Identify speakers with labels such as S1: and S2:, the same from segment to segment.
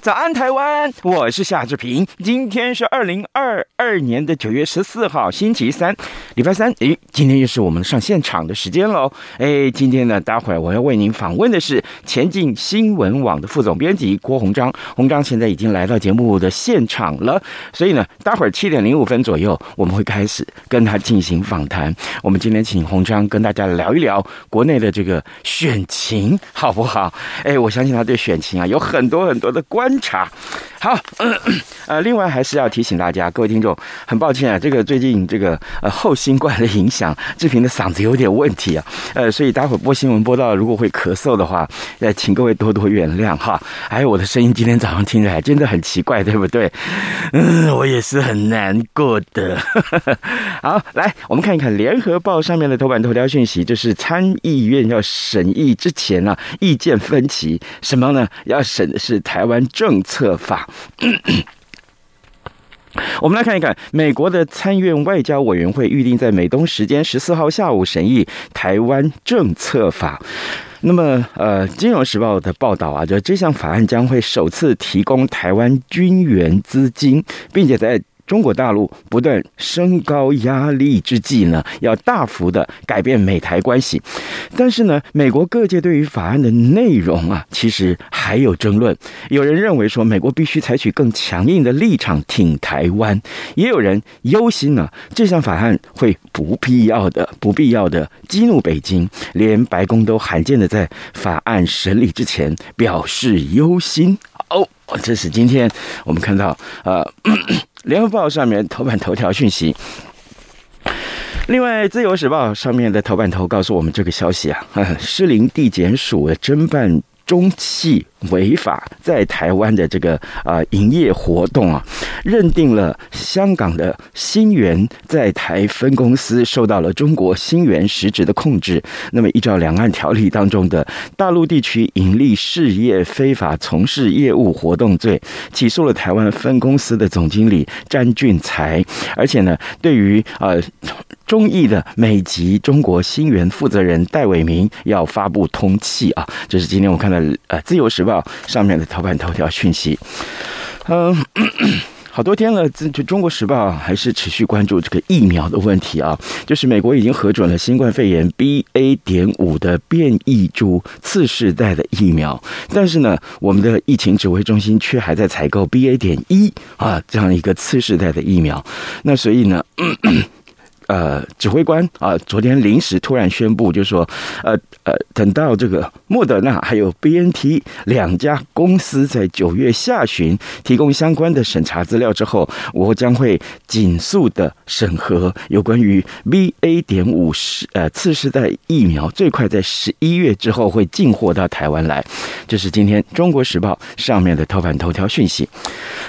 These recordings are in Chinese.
S1: 早安，台湾！我是夏志平。今天是二零二二年的九月十四号，星期三，礼拜三。诶，今天又是我们上现场的时间喽。诶，今天呢，待会儿我要为您访问的是前进新闻网的副总编辑郭鸿章。鸿章现在已经来到节目的现场了，所以呢，待会儿七点零五分左右，我们会开始跟他进行访谈。我们今天请鸿章跟大家聊一聊国内的这个选情，好不好？哎，我相信他对选情啊有很多很多的观察。好， 咳咳呃，另外还是要提醒大家，各位听众，很抱歉啊，这个最近这个呃后新冠的影响，志平的嗓子有点问题啊，呃，所以待会儿播新闻播到如果会咳嗽的话，呃，请各位多多原谅哈。还有我的声音今天早上听起来真的很奇怪，对不对？嗯，我也是很难过的。 好，来，我们看一看《联合报》上面的头版头条讯息，就是参议院要审议之前啊，意见分歧，什么呢？要审的是台湾政策法。 我们来看一看，美国的参院外交委员会预定在美东时间十四号下午审议台湾政策法。那么，呃，《金融时报》的报道啊，就这项法案将会首次提供台湾军援资金，并且在中国大陆不断升高压力之际呢，要大幅的改变美台关系。但是呢，美国各界对于法案的内容啊，其实还有争论。有人认为说，美国必须采取更强硬的立场挺台湾，也有人忧心呢、这项法案会不必要的、不必要的激怒北京。连白宫都罕见的在法案审理之前表示忧心。哦，这是今天我们看到呃，咳咳联合报上面头版头条讯息。另外，《自由时报》上面的头版头告诉我们这个消息啊， 呵呵士林地检署的侦办中企违法在台湾的这个啊、呃营业活动啊，认定了香港的新源在台分公司受到了中国新源实质的控制。那么，依照两岸条例当中的大陆地区盈利事业非法从事业务活动罪，起诉了台湾分公司的总经理詹俊才，而且呢，对于呃中意的美籍中国新源负责人戴伟明要发布通气啊，这是今天我看到呃《自由时报》上面的头版头条讯息。嗯。咳咳 好多天了，这就《中国时报》还是持续关注这个疫苗的问题啊。就是美国已经核准了新冠肺炎 B A. 点五的变异株次世代的疫苗，但是呢，我们的疫情指挥中心却还在采购 B A. 点一啊这样一个次世代的疫苗。那所以呢，呃，指挥官啊、昨天临时突然宣布，就说，呃呃，等到这个莫德纳还有 B N T 两家公司在九月下旬提供相关的审查资料之后，我将会紧速的审核有关于 B A 点五十呃次世代疫苗，最快在十一月之后会进货到台湾来。这是今天《中国时报》上面的头版头条讯息。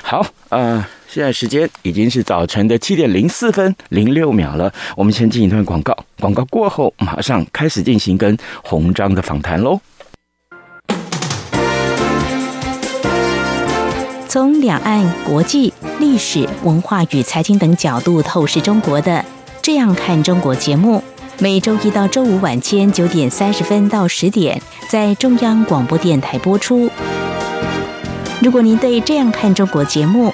S1: 好，呃，现在时间已经是早晨的七点零四分零六秒了。我们先进一段广告，广告过后马上开始进行跟红章的访谈喽。
S2: 从两岸、国际、历史文化与财经等角度透视中国的《这样看中国》节目，每周一到周五晚间九点三十分到十点在中央广播电台播出。如果您对《这样看中国》节目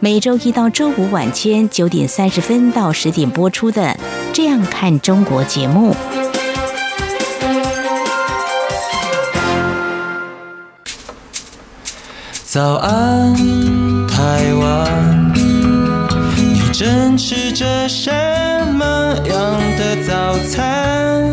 S2: 每周一到周五晚间九点三十分到十点播出的《这样看中国》节目。
S3: 早安，台湾，你正吃着什么样的早餐？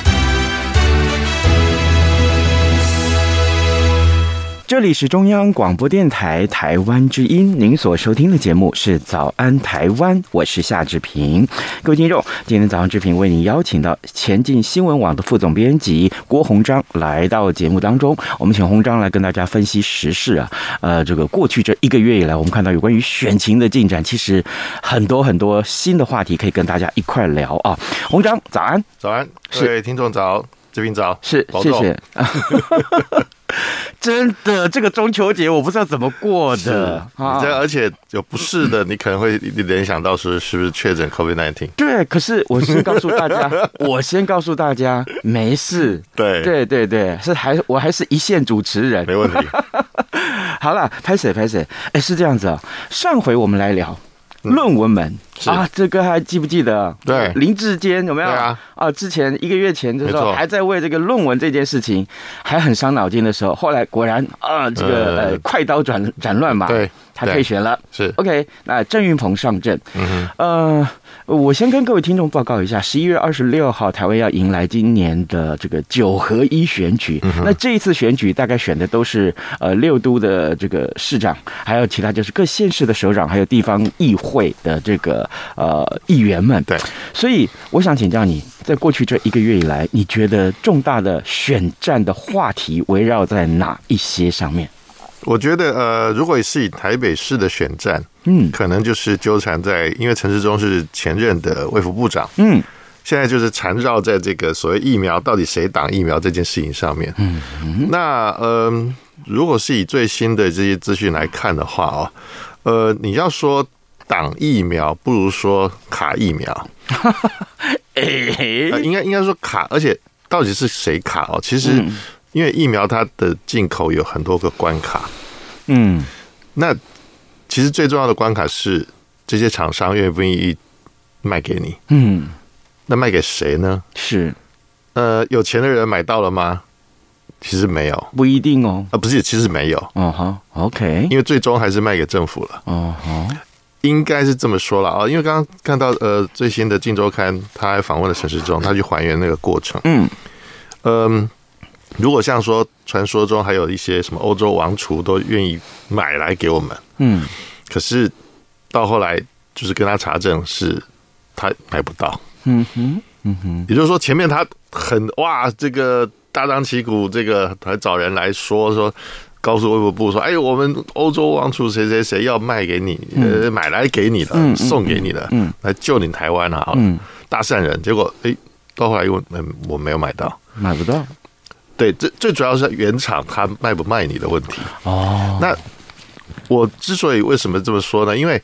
S1: 这里是中央广播电台台湾之音，您所收听的节目是《早安台湾》，我是夏志平。各位听众，今天早上志平为您邀请到前进新闻网的副总编辑郭鸿章来到节目当中，我们请鸿章来跟大家分析时事啊。呃，这个过去这一个月以来，我们看到有关于选情的进展，其实很多很多新的话题可以跟大家一块聊啊。鸿章，早安。
S4: 早安，
S1: 是
S4: 各位听众早，这边早，
S1: 是，
S4: 保
S1: 谢
S4: 重
S1: 谢。 真的，这个中秋节我不知道怎么过的
S4: 你这
S1: 啊。
S4: 而且有不适的，你可能会联想到是是不是确诊 COVID nineteen？
S1: 对，可是我先告诉大家， 我先告诉大家，没事。
S4: 对
S1: 对对对，是还我还是一线主持人
S4: 没。问题。
S1: 好了，拍谁拍谁？哎，是这样子啊、上回我们来聊。论文门
S4: 嗯是
S1: 啊，这个还记不记得？
S4: 对
S1: 林志坚有没有？
S4: 对啊，
S1: 之前一个月前的时
S4: 没
S1: 候
S4: 错
S1: 还在为这个论文这件事情还很伤脑筋的时候，后来果然啊，这个
S4: 呃
S1: 呃快刀斩斩乱麻，
S4: 对，
S1: 他
S4: 对
S1: 退选了。
S4: 是，
S1: OK，那郑云鹏上阵。
S4: 嗯
S1: 呃，我先跟各位听众报告一下，十一月二十六号，台湾要迎来今年的这个九合一选举。
S4: 嗯
S1: 那这一次选举大概选的都是呃六都的这个市长，还有其他就是各县市的首长，还有地方议会的这个呃议员们。
S4: 对，
S1: 所以我想请教你，在过去这一个月以来，你觉得重大的选战的话题围绕在哪一些上面？
S4: 我觉得呃，如果是以台北市的选战，
S1: 嗯
S4: 可能就是纠缠在，因为陈世忠是前任的卫福部长，
S1: 嗯，
S4: 现在就是缠绕在这个所谓疫苗到底谁挡疫苗这件事情上面。嗯，那呃，如果是以最新的这些资讯来看的话哦，呃，你要说挡疫苗，不如说卡疫苗。
S1: 哎
S4: 呃、应该应该说卡，而且到底是谁卡哦？其实
S1: 嗯
S4: 因为疫苗它的进口有很多个关卡，
S1: 嗯
S4: 那其实最重要的关卡是这些厂商愿不愿意卖给你？
S1: 嗯，
S4: 那卖给谁呢？
S1: 是
S4: 呃，有钱的人买到了吗？其实没有，
S1: 不一定哦。
S4: 啊，不是，其实没有，
S1: 哦哈，OK，
S4: 因为最终还是卖给政府了，
S1: 哦哈，
S4: 应该是这么说了啊。因为刚刚看到呃最新的《镜周刊》，他还访问了陈时中，他去还原那个过程。
S1: 嗯
S4: 嗯，如果像说传说中还有一些什么欧洲王储都愿意买来给我们，
S1: 嗯，
S4: 可是到后来就是跟他查证是他买不到，
S1: 嗯哼，
S4: 也就是说前面他很哇这个大张旗鼓，这个还找人来说说。告诉卫福部说：“哎，我们欧洲王储谁谁谁要卖给你，呃，买来给你的，
S1: 嗯嗯嗯
S4: 送给你的，
S1: 嗯嗯
S4: 来救你台湾啊，好了
S1: 嗯
S4: 大善人。”结果，哎，到后来又嗯，我没有买到，
S1: 买不到
S4: 对，最最主要是原厂它卖不卖你的问题。
S1: 哦，
S4: 那我之所以为什么这么说呢？因为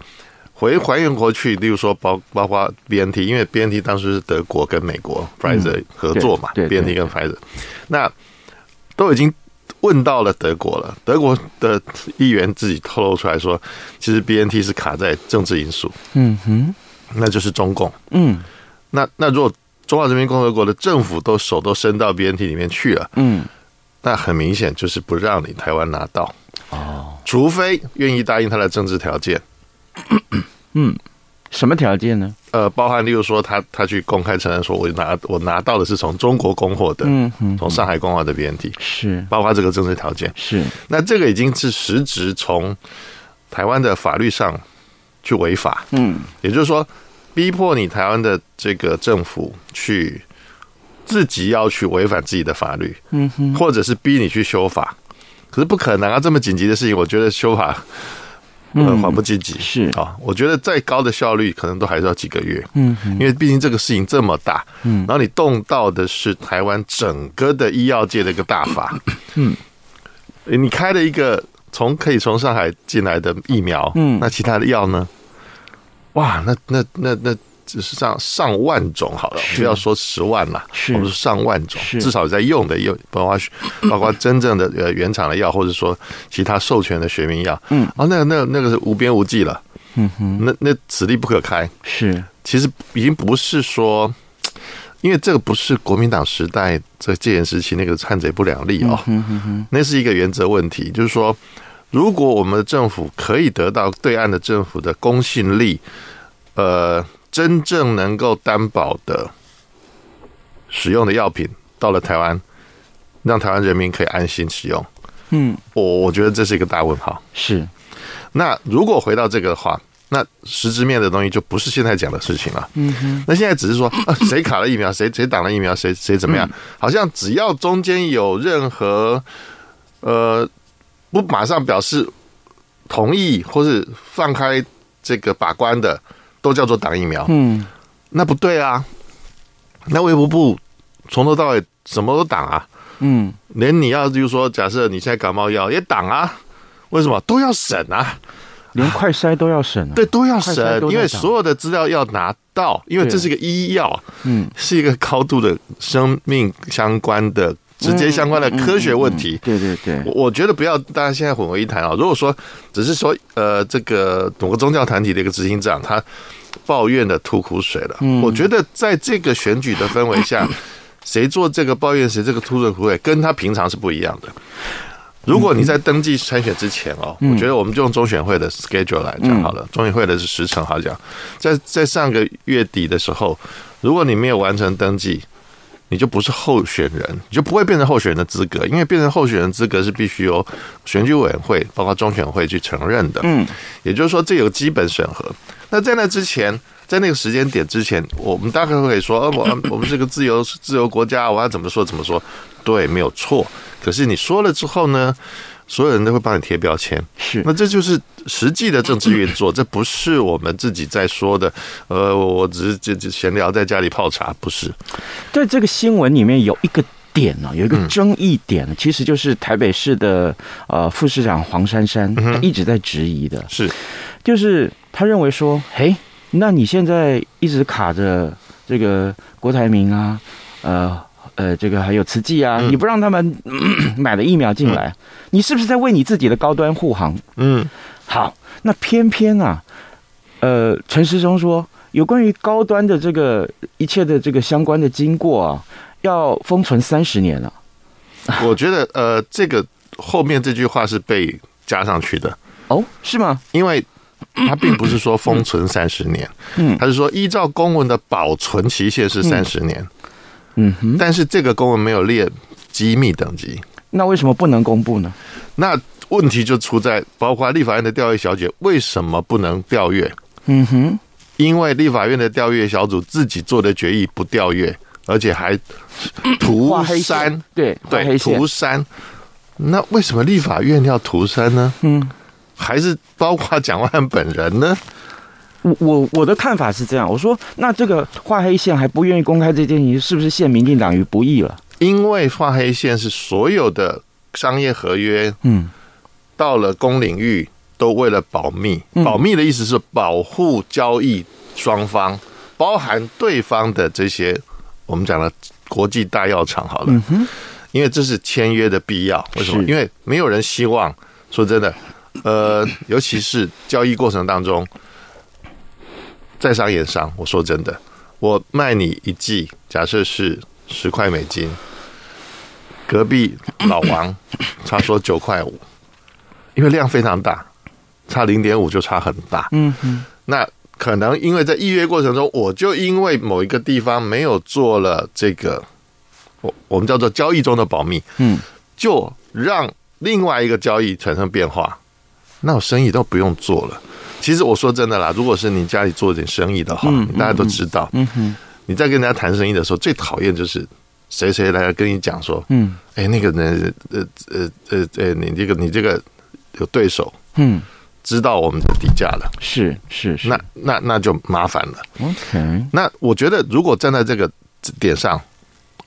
S4: 回 还原过去，例如说包包括 BNT，因为 BNT 当时是德国跟美国 Pfizer 合作嘛、
S1: 嗯对
S4: b
S1: 对
S4: n t 跟 Pfizer，那都已经问到了德国了，德国的议员自己透露出来说，其实 BNT 是卡在政治因素，
S1: 嗯哼，
S4: 那就是中共。
S1: 嗯
S4: 那那如果中华人民共和国的政府都手都伸到 BNT 里面去了，
S1: 嗯
S4: 那很明显就是不让你台湾拿到哦，除非愿意答应他的政治条件，
S1: 嗯，什么条件呢？
S4: 呃，包含例如说他他去公开承认说我拿我拿到的是从中国供货的，
S1: 嗯哼，
S4: 从上海供货的 BNT，
S1: 是
S4: 包括这个政治条件，
S1: 是，
S4: 那这个已经是实质从台湾的法律上去违法，
S1: 嗯
S4: 也就是说逼迫你台湾的这个政府去自己要去违反自己的法律，
S1: 嗯哼，
S4: 或者是逼你去修法，可是不可能啊！这么紧急的事情，我觉得修法呃
S1: 嗯
S4: 缓不积极
S1: 是
S4: 啊、我觉得再高的效率，可能都还是要几个月，
S1: 嗯哼，
S4: 因为毕竟这个事情这么大，嗯，然后你动到的是台湾整个的医药界的一个大法，嗯，你开了一个从可以从上海进来的疫苗，
S1: 嗯
S4: 那其他的药呢？哇，那那那那。只是上上万种好了，
S1: 是
S4: 不要说十万了，
S1: 是
S4: 我们说上万种，
S1: 是
S4: 至少在用的用，包括包括真正的呃原厂的药，或者说其他授权的学名药，
S1: 嗯
S4: 啊，那个那个那个是无边无际了，嗯哼，那那此地不可开。
S1: 是
S4: 其实已经不是说，因为这个不是国民党时代在戒严时期那个汉贼不两立哦，那是一个原则问题，就是说，如果我们的政府可以得到对岸的政府的公信力，呃，真正能够担保的使用的药品到了台湾，让台湾人民可以安心使用，
S1: 嗯，
S4: 我我觉得这是一个大问号。
S1: 是，
S4: 那如果回到这个的话，那实质面的东西就不是现在讲的事情了。嗯哼。那现在只是说，啊、谁卡了疫苗，谁谁挡了疫苗，谁谁怎么样，好像只要中间有任何呃不马上表示同意或是放开这个把关的，都叫做挡疫苗。
S1: 嗯，
S4: 那不对啊。那卫福部从头到尾什么都挡啊。
S1: 嗯，
S4: 连你要就是说，假设你现在感冒药也挡啊，为什么都要审啊？
S1: 连快筛都要审啊。
S4: 对，，都要
S1: 快
S4: 审
S1: 筛都，在
S4: 因为
S1: 打
S4: 所有的资料要拿到，因为
S1: 对
S4: 这是一个医药，
S1: 嗯，
S4: 是一个高度的生命相关的、直接相关的
S1: 嗯
S4: 科学问题。
S1: 对对对，
S4: 我我觉得不要大家现在混为一谈啊、如果说只是说呃，这个某个宗教团体的一个执行长他抱怨的吐苦水了，我觉得在这个选举的氛围下，谁做这个抱怨谁这个吐苦水，跟他平常是不一样的。如果你在登记参选之前哦，我觉得我们就用中选会的 schedule 来讲好了。中选会的是时程好讲，在在上个月底的时候，如果你没有完成登记，你就不是候选人，你就不会变成候选人的资格，因为变成候选人资格是必须由选举委员会，包括中选会去承认的。嗯，也就是说，这有基本审核。那在那之前，在那个时间点之前，我们大概会说，呃，我呃我们是个自由自由国家，我要怎么说怎么说，对，没有错。可是你说了之后呢，所有人都会帮你贴标签。
S1: 是
S4: 那这就是实际的政治运作，这不是我们自己在说的。呃，我我只是就就闲聊，在家里泡茶，不是。
S1: 在这个新闻里面有一个点呢、
S4: 嗯
S1: 有一个争议点，其实就是台北市的呃副市长黄珊珊
S4: 嗯
S1: 她一直在质疑的，
S4: 是
S1: 就是他认为说，嘿，那你现在一直卡着这个郭台铭啊，呃呃，这个还有慈济啊，你不让他们 咳咳买了疫苗进来，你是不是在为你自己的高端护航？
S4: 嗯，
S1: 好，那偏偏啊，呃，陈时中说，有关于高端的这个一切的这个相关的经过啊，要封存三十年了。
S4: 我觉得呃，这个后面这句话是被加上去的，
S1: 哦，是吗？
S4: 因为他并不是说封存三十年，
S1: 嗯
S4: 他是说依照公文的保存期限是三十年，
S1: 嗯哼，
S4: 但是这个公文没有列机密等级，
S1: 那为什么不能公布呢？
S4: 那问题就出在包括立法院的调阅小姐为什么不能调阅？
S1: 嗯哼，
S4: 因为立法院的调阅小组自己做的决议不调阅，而且还涂
S1: 嗯画黑
S4: 删
S1: 线，，对画黑
S4: 对，
S1: 线
S4: 涂，山。那为什么立法院要涂山呢？
S1: 嗯，
S4: 还是包括蒋万安本人呢？
S1: 我我我的看法是这样，我说那这个画黑线还不愿意公开这件事情，是不是陷民进党于不义了？
S4: 因为画黑线是所有的商业合约
S1: 嗯，
S4: 到了公领域都为了保密，
S1: 嗯
S4: 保密的意思是保护交易双方，包含对方的这些我们讲的国际大药厂好了，因为这是签约的必要。为什么？
S1: 嗯是
S4: 因为没有人希望说真的，呃，尤其是交易过程当中，在商言商。我说真的，我卖你一剂，假设是十块美金，隔壁老 王他说九块五，因为量非常大，差零点五就差很大。嗯那可能因为在预约过程中，我就因为某一个地方没有做了这个，我我们叫做交易中的保密，
S1: 嗯，
S4: 就让另外一个交易产生变化，那我生意都不用做了。其实我说真的啦，如果是你家里做点生意的话，你大家都知道，嗯
S1: 哼，
S4: 你在跟人家谈生意的时候，最讨厌就是谁谁来跟你讲说，
S1: 嗯，
S4: 哎，那个人，呃呃呃呃，你这个你这个有对手
S1: 嗯，
S4: 知道我们的底价了，
S1: 是是是
S4: 那那那就麻烦了。
S1: ，OK，
S4: 那我觉得，如果站在这个点上，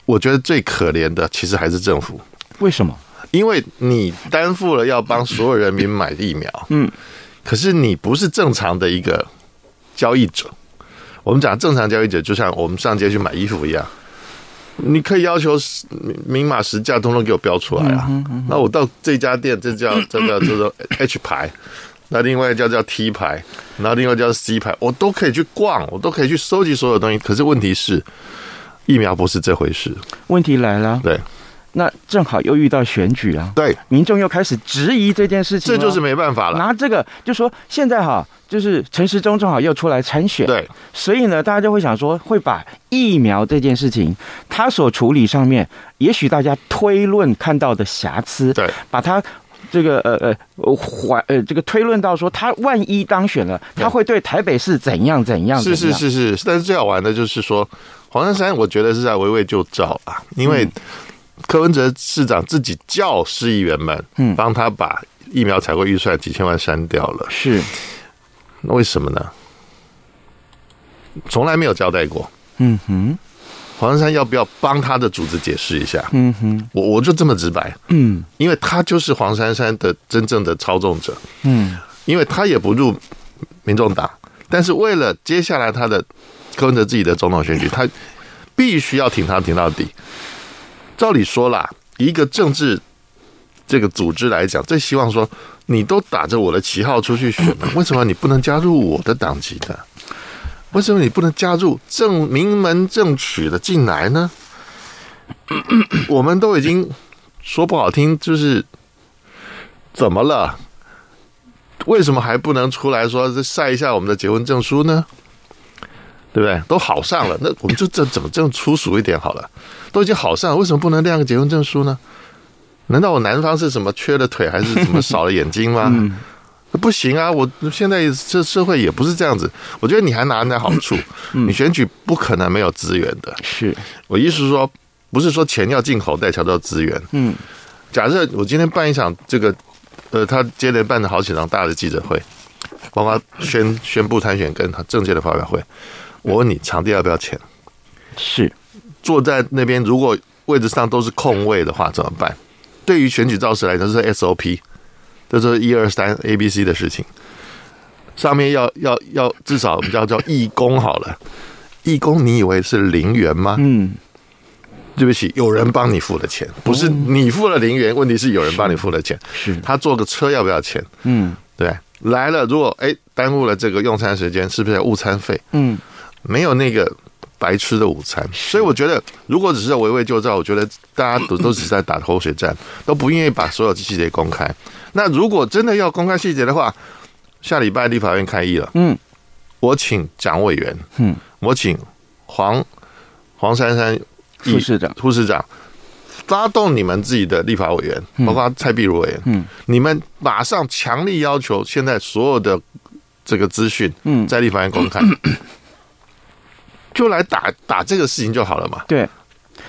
S4: 我觉得最可怜的其实还是政府，
S1: 为什么？
S4: 因为你担负了要帮所有人民买疫苗，
S1: 嗯，
S4: 可是你不是正常的一个交易者。我们讲正常交易者，就像我们上街去买衣服一样，你可以要求实明明码实价，通通给我标出来啊。那我到这家店，这叫这叫这叫 H 牌，那另外一家叫 T 牌，然后另外一家是 C 牌，我都可以去逛，我都可以去收集所有东西。可是问题是，疫苗不是这回事，
S1: 问题来了，
S4: 对
S1: 那正好又遇到选举啊，
S4: 对，
S1: 民众又开始质疑这件事情
S4: 这
S1: 了，
S4: 就是没办法了。
S1: 拿这个就说现在哈，就是陈时中正好又出来参选，
S4: 对，
S1: 所以呢，大家就会想说，会把疫苗这件事情，它所处理上面，也许大家推论看到的瑕疵，
S4: 对，
S1: 把它。这个呃呃呃还呃这个推论到说，他万一当选了，他会对台北市怎样怎样怎
S4: 是
S1: 样？
S4: 是，是是，但是最好玩的就是说，黄珊珊我觉得是在围魏救赵啊，因为
S1: 嗯
S4: 柯文哲市长自己叫市议员们，
S1: 嗯
S4: 帮他把疫苗采购预算几千万删掉了，
S1: 是，
S4: 那为什么呢？从来没有交代过。
S1: 嗯哼，
S4: 黄珊珊要不要帮他的组织解释一下？
S1: 嗯哼，
S4: 我我就这么直白，
S1: 嗯
S4: 因为他就是黄珊珊的真正的操纵者，
S1: 嗯，
S4: 因为他也不入民众党，但是为了接下来他的柯文哲自己的总统选举，他必须要挺他挺到底。照理说啦，一个政治这个组织来讲，最希望说你都打着我的旗号出去选 了，为什么你不能加入我的党籍呢？为什么你不能加入正名门正娶的进来呢？ 我们都已经说不好听，就是怎么了？为什么还不能出来说晒一下我们的结婚证书呢？对不对？都好上了，那我们就这怎么这样粗俗一点好了？都已经好上了，为什么不能亮个结婚证书呢？难道我男方是什么缺了腿，还是什么少了眼睛吗？不行啊！我现在这社会也不是这样子。我觉得你还拿人家好处，你选举不可能没有资源的。
S1: 是，
S4: 我意思是说，不是说钱要进口袋才叫资源。
S1: 嗯，
S4: 假设我今天办一场这个，呃，他接连办了好几场大的记者会，包括宣宣布参选跟他政界的发表会。我问你，场地要不要钱？
S1: 是，
S4: 坐在那边如果位置上都是空位的话，怎么办？对于选举造势来讲，这是 SOP，这是一二三 A B C 的事情。上面要要要，至少我们叫叫义工好了。义工，你以为是零元吗？
S1: 嗯，
S4: 对不起，有人帮你付的钱，不是你付了零元，问题是有人帮你付的钱。
S1: 是
S4: 他坐个车要不要钱？
S1: 嗯
S4: 对，来了，如果哎耽误了这个用餐时间，是不是要误餐费？
S1: 嗯，
S4: 没有那个白吃的午餐，所以我觉得，如果只是围魏救赵，我觉得大家都都只是在打口水战，都不愿意把所有细节公开。那如果真的要公开细节的话，下礼拜立法院开议了，
S1: 嗯，
S4: 我请蒋委员，
S1: 嗯，
S4: 我请黄黄珊珊
S1: 副市长，
S4: 护士长发动你们自己的立法委员，包括蔡壁如委员，
S1: 嗯，
S4: 你们马上强力要求现在所有的这个资讯，
S1: 嗯
S4: 在立法院公 开，就来打打这个事情就好了嘛，
S1: 对，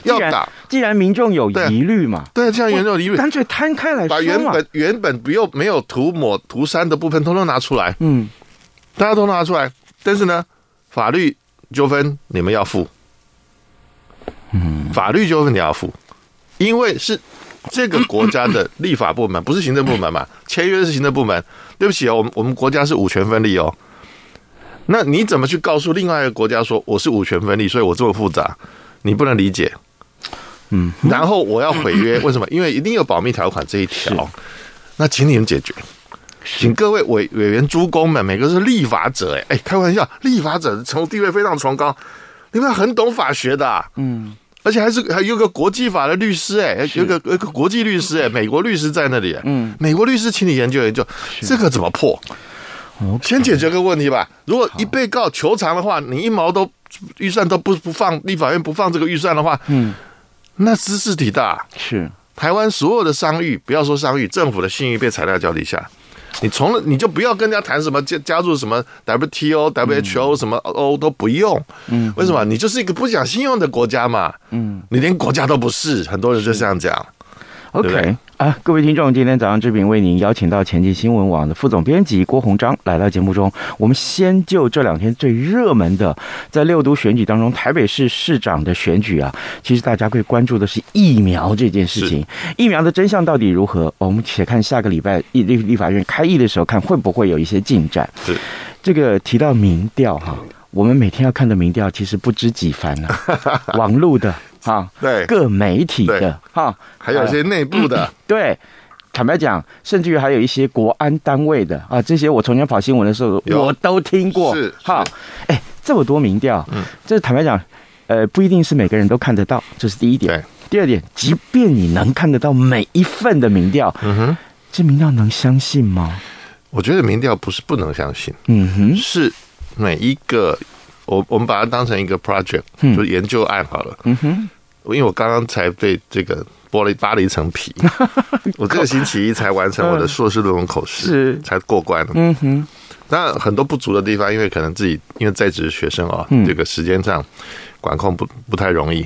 S4: 要
S1: 既然
S4: 打，
S1: 既然民众有
S4: 对
S1: 疑虑嘛，
S4: 对，这样原有疑虑。
S1: 干脆摊开来说
S4: 把
S1: 嘛。
S4: 原本原本不用没有涂抹涂山的部分，通通拿出来，
S1: 嗯，
S4: 大家都拿出来。但是呢，法律纠纷你们要付，嗯，法律纠纷你要付，因为是这个国家的立法部门，不是行政部门 嘛，签约是行政部门。对不起哦，我们我们国家是五权分立哦。那你怎么去告诉另外一个国家说我是五权分立，所以我这么复杂，你不能理解？嗯，然后我要毁 约，为什么？因为一定有保密条款这一条。那请你们解决。请各位委委员诸公们，每个都是立法者，哎哎，开玩笑，立法者从地位非常崇高，你们很懂法学的、嗯，而且还是还有个国际法的律师，哎，有个有个国际律师，哎，美国律师在那里，嗯，美国律师，请你研究研究这个怎么破，先解决个问题吧。如果一被告求偿的话，你一毛都预算都不不放，立法院不放这个预算的话，嗯，那知识体大、
S1: 是
S4: 台湾所有的商誉，不要说商誉，政府的信誉被踩在脚底下。你从了你就不要跟人家谈什么加加入什么 WTO、WHO 什么 O 都不用，嗯，为什么？你就是一个不讲信用的国家嘛，嗯，你连国家都不是，很多人就这样讲，对不
S1: OK
S4: 对
S1: 啊，各位听众，今天早上志平为您邀请到前进新闻网的副总编辑郭鸿章来到节目中，我们先就这两天最热门的在六都选举当中，台北市市长的选举啊，其实大家会关注的是疫苗这件事情，疫苗的真相到底如何？哦我们且看下个礼拜立立立法院开议的时候，看会不会有一些进展。
S4: 是
S1: 这个提到民调哈、我们每天要看的民调其实不知几番 了、网络的哈。
S4: 对，嗯
S1: 各媒体
S4: 对
S1: 的哈，
S4: 还有一些内部的，
S1: 对，坦白讲，甚至于还有一些国安单位的啊，这些我从前跑新闻的时候
S4: 有
S1: 我都听过。
S4: 是
S1: 哈，哎，这么多民调，嗯，这坦白讲，呃，不一定是每个人都看得到，这是第一点
S4: 对。
S1: 第二点，即便你能看得到每一份的民调，嗯哼，这民调能相信吗？
S4: 我觉得民调不是不能相信，
S1: 嗯哼，
S4: 是每一个我我们把它当成一个 project，就研究案好了。
S1: 嗯哼，
S4: 因为我刚刚才被这个剥了扒了一 层皮，我这个星期一才完成我的硕士论文口试，
S1: 是
S4: 才过关。
S1: 嗯哼，
S4: 当然很多不足的地方，因为可能自己因为在职学生啊、
S1: 嗯
S4: 这个时间上管控不不太容易，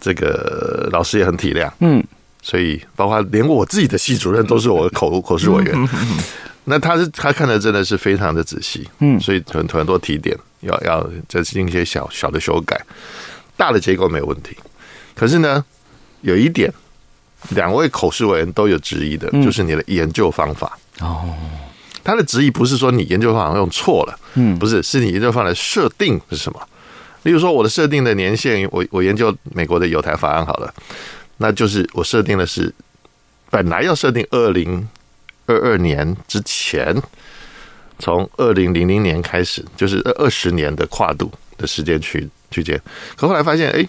S4: 这个老师也很体谅，
S1: 嗯，
S4: 所以包括连我自己的系主任都是我 的口口试委员。那他是他看的真的是非常的仔细，
S1: 嗯
S4: 所以很很多提点要要再进行一些小小的修改，大的结构没有问题。可是呢，有一点，两位口试委员都有质疑的，
S1: 嗯
S4: 就是你的研究方法。
S1: 哦，
S4: 他的质疑不是说你研究方法用错了，嗯，不是，是你研究方法的设定是什么？例如说，我的设定的年限，我我研究美国的有台法案好了，那就是我设定的是本来要设定二零二二年之前，从二零零零年开始，就是二十年的跨度的时间区区间。可后来发现，哎，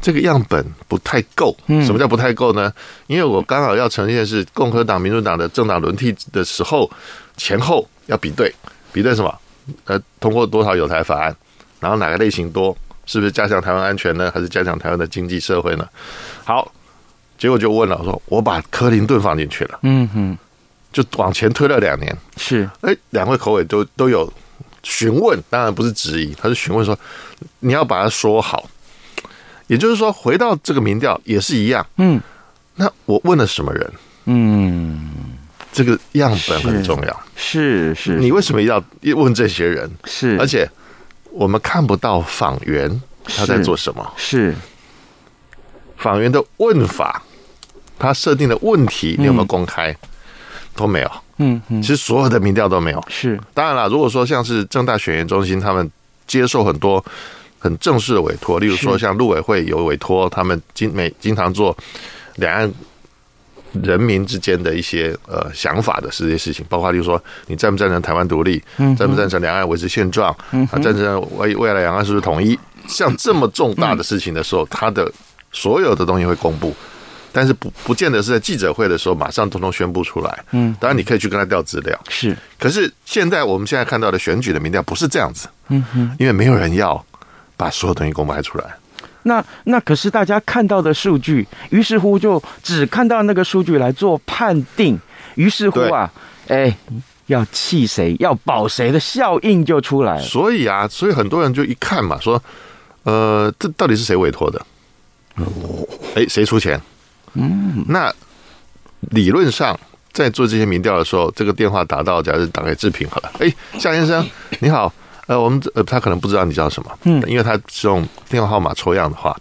S4: 这个样本不太够。什么叫不太够呢？因为我刚好要呈现是共和党、民主党的政党轮替的时候前后要比对，比对什么？呃，通过多少有台法案，然后哪个类型多？是不是加强台湾安全呢？还是加强台湾的经济社会呢？好，结果就问了，我说我把克林顿放进去了，
S1: 嗯哼，
S4: 就往前推了两年。
S1: 是，
S4: 哎，两位口尾都都有询问，当然不是质疑，他是询问说你要把它说好，也就是说回到这个民调也是一样。
S1: 嗯
S4: 那我问了什么人？
S1: 嗯，
S4: 这个样本很重要。
S1: 是是，
S4: 你为什么要问这些人？
S1: 是，
S4: 而且我们看不到访员他在
S1: 是
S4: 做什么，
S1: 是
S4: 访员的问法，他设定的问题你有没有公开？都没有。
S1: 嗯嗯
S4: 其实所有的民调都没有。
S1: 是
S4: 当然啦，如果说像是正大选研中心，他们接受很多很正式的委托，例如说像陆委会有委托，他们经每经常做两岸人民之间的一些呃想法的这些事情，包括例如说你赞不赞成台湾独立，赞不赞成两岸维持现状，啊，赞成未未来两岸是不是统一？像这么重大的事情的时候，他的所有的东西会公布。但是不不见得是在记者会的时候马上通通宣布出来，嗯，当然你可以去跟他调资料，
S1: 是，
S4: 可是现在我们现在看到的选举的民调不是这样子，嗯哼，因为没有人要把所有东西公开出来，
S1: 那那可是大家看到的数据，于是乎就只看到那个数据来做判定，于是乎啊，哎，要气谁，要保谁的效应就出来了。
S4: 所以啊，所以很多人就一看嘛，说，呃，这到底是谁委托的？哎，谁出钱？嗯，那理论上在做这些民调的时候，这个电话打到，假如打给志平好了，哎，夏先 生你好，呃，我们呃他可能不知道你叫什么，嗯，因为他是用电话号码抽样的话，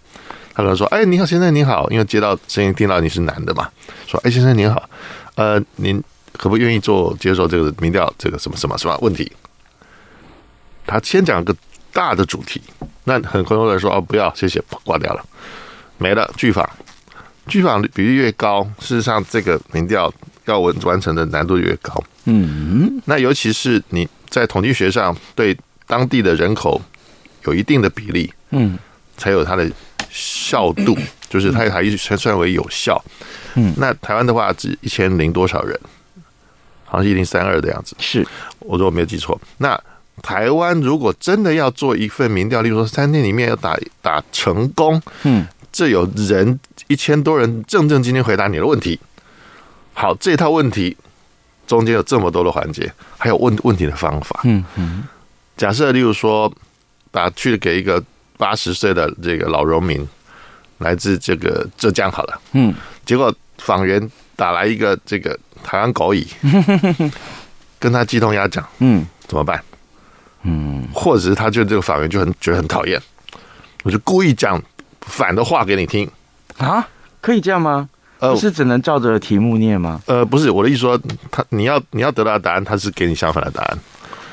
S4: 他可能说：“哎，你好，先生，你好。”因为接到声音听到你是男的嘛，说：“哎，先生您好，呃，您可不愿意做接受这个民调这个什么什么什么问题？”他先讲个大的主题，那很多人说：“哦，不要，谢谢，挂掉了，没了。”拒访，拒访比率越高，事实上这个民调要完完成的难度越高。嗯，那尤其是你在统计学上对当地的人口有一定的比例，
S1: 嗯，
S4: 才有它的效度，就是它还才算为有效。
S1: 嗯，
S4: 那台湾的话，只一千零多少人，好像一零三二的样子，
S1: 是
S4: 我如果没有记错。那台湾如果真的要做一份民调，例如说三天里面要打打成功，
S1: 嗯，
S4: 这有人一千多人正正经经回答你的问题。好，这套问题中间有这么多的环节，还有问问题的方法，
S1: 嗯嗯
S4: 假设例如说，把去给一个八十岁的这个老农民，来自这个浙江好了，
S1: 嗯，
S4: 结果访员打来一个这个台湾狗蚁，跟他鸡同鸭讲
S1: 嗯
S4: 怎么办？嗯，或者是他觉得这个访员就很觉得很讨厌，我就故意讲反的话给你听。
S1: 啊，可以这样吗？
S4: 呃
S1: 不是只能照着题目念吗？
S4: 呃，不是我的意思说，他你要你要得到的答案，他是给你相反的答案。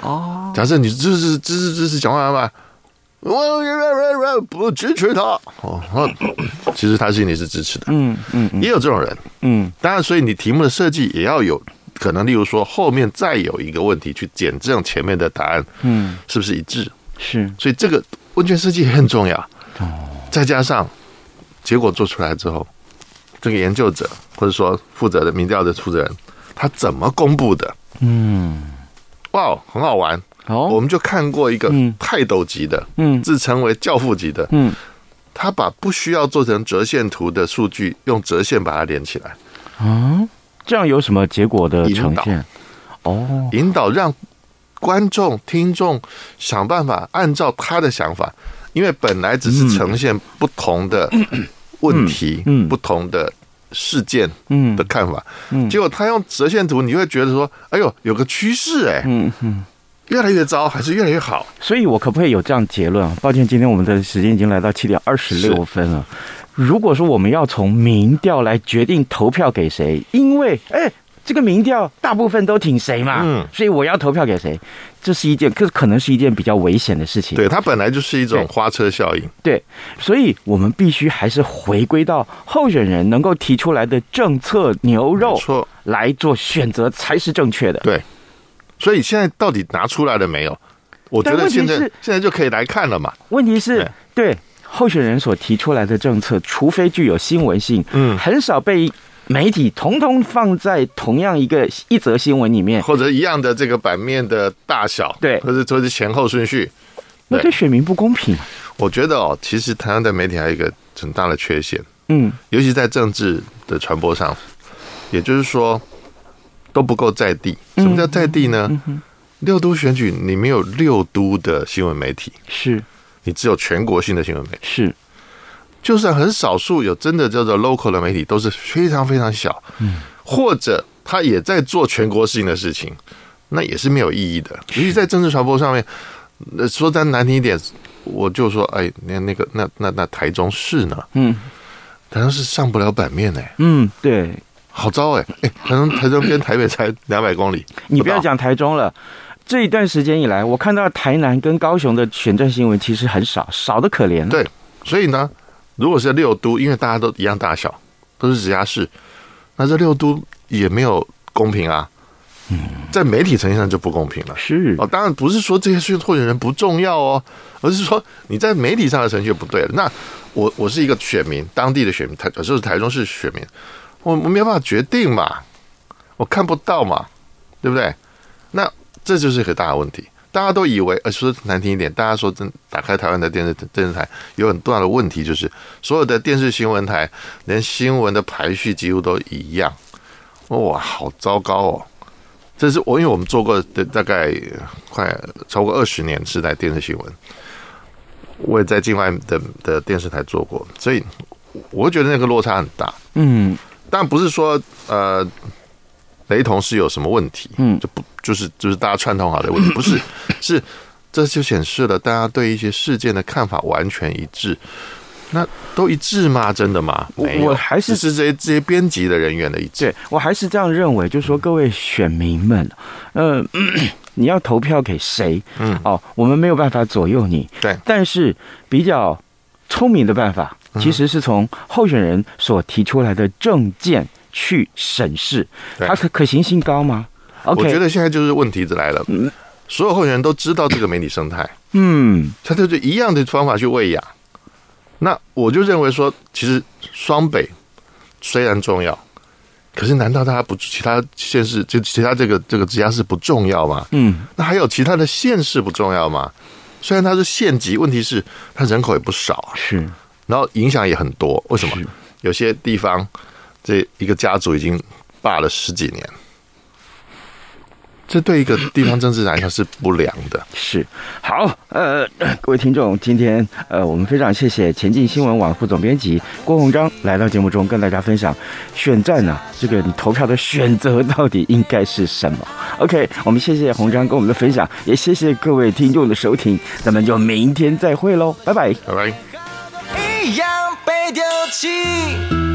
S4: 哦，假设你支持支持支持蒋万安吧，我不支持他。哦，那其实他心里是支持的。嗯嗯，也有这种人。嗯，当然，所以你题目的设计也要有可能，例如说后面再有一个问题去检证前面的答案，嗯，是不是一致？
S1: 是
S4: 所以这个问卷设计也很重要。
S1: 哦
S4: 再加上结果做出来之后，这个研究者或者说负责的民调的负责人，他怎么公布的？嗯，哇，很好玩。我
S1: 哦，
S4: 们就看过一个
S1: 嗯
S4: 泰斗级的，
S1: 嗯
S4: 自称为教父级的，
S1: 嗯，
S4: 他把不需要做成折线图的数据用折线把它连起来，
S1: 这样有什么结果的
S4: 引
S1: 呈
S4: 导
S1: 现？哦，
S4: 引导让观众、听众想办法按照他的想法，因为本来只是呈现不同的问题、
S1: 嗯
S4: 不同的事件
S1: 嗯
S4: 的看法，结果他用折线图，你会觉得说，哎呦，有个趋势哎、
S1: 嗯嗯。
S4: 越来越糟还是越来越好？
S1: 所以我可不可以有这样结论啊？抱歉，今天我们的时间已经来到七点二十六分了。如果说我们要从民调来决定投票给谁，因为哎，这个民调大部分都挺谁嘛，
S4: 嗯
S1: 所以我要投票给谁，这是一件，可可能是一件比较危险的事情。
S4: 对，它本来就是一种花车效应。
S1: 对，所以我们必须还是回归到候选人能够提出来的政策牛肉
S4: 没错
S1: 来做选择才是正确的。
S4: 对，所以现在到底拿出来了没有？我觉
S1: 但
S4: 得
S1: 问题
S4: 现在
S1: 是
S4: 现在就可以来看了嘛。
S1: 问题是
S4: 对，
S1: 对候选人所提出来的政策，除非具有新闻性，
S4: 嗯
S1: 很少被媒体统统放在同样一个一则新闻里面，
S4: 或者一样的这个版面的大小，
S1: 对
S4: 或者或者前后顺序。
S1: 那对选民不公平。啊
S4: 我觉得哦，其实台湾的媒体还有一个很大的缺陷，
S1: 嗯
S4: 尤其在政治的传播上，也就是说都不够在地。什么叫在地呢？六都选举你没有六都的新闻媒体，
S1: 是
S4: 你只有全国性的新闻媒体。
S1: 是，
S4: 就算很少数有真的叫做 local 的媒体，都是非常非常小，嗯，或者他也在做全国性的事情，那也是没有意义的。尤其在政治传播上面，呃，说咱难听一点，我就说，哎，那那个那那那台中市呢，
S1: 嗯
S4: 台中市上不了版面呢、
S1: 嗯，对
S4: 好糟哎、哎，台中台中跟台北才两百公里，
S1: 你不要
S4: 到
S1: 讲台中了。这一段时间以来，我看到台南跟高雄的选战新闻其实很少，少的可怜。，啊
S4: 对，所以呢，如果是六都，因为大家都一样大小，都是直辖市，那这六都也没有公平啊。在媒体呈现上就不公平了。
S1: 是
S4: 哦，当然不是说这些候候选人不重要哦，而是说你在媒体上的程序不对了。那我我是一个选民，当地的选民，台就是台中市选民，我我没有办法决定嘛，我看不到嘛，对不对？那这就是一个大的问题。大家都以为，呃，说难听一点，大家说真打开台湾的电视电视台，有很大的问题，就是所有的电视新闻台，连新闻的排序几乎都一样。哇，好糟糕哦！这是我因为我们做过的大概呃快超过二十年是在电视新闻，我也在境外的的电视台做过，所以我觉得那个落差很大。
S1: 嗯
S4: 但不是说呃雷同是有什么问题，
S1: 嗯
S4: 就不就是就是大家串通好的问 题，不是，是这就显示了大家对一些事件的看法完全一致。那都一致吗？真的吗？
S1: 我
S4: 没有
S1: 我还是
S4: 只是这些这些编辑的人员的一致。
S1: 对我还是这样认为，就是说各位选民们，呃， 你要投票给谁？
S4: 嗯
S1: 哦，我们没有办法左右你，
S4: 对
S1: 但是比较聪明的办法，
S4: 嗯
S1: 其实是从候选人所提出来的证件去审视，
S4: 对
S1: 它可可行性高吗？OK，
S4: 我觉得现在就是问题来了，所有候选人都知道这个媒体生态，
S1: 嗯
S4: 他就就一样的方法去喂养。那我就认为说，其实双北虽然重要，可是难道它不其他县市就其他这个这个直辖市不重要吗？
S1: 嗯
S4: 那还有其他的县市不重要吗？虽然它是县级，问题是它人口也不少啊，
S1: 是
S4: 然后影响也很多。为什么？有些地方这一个家族已经霸了十几年，这对一个地方政治来说是不良的。
S1: 是好，呃， 各位听众，今天呃，我们非常谢谢前进新闻网副总编辑郭鸿章来到节目中跟大家分享选战呢、这个你投票的选择到底应该是什么？OK，我们谢谢鸿章跟我们的分享，也谢谢各位听众的收听，咱们就明天再会喽，拜拜。
S4: 拜拜。
S3: 一样被丢弃。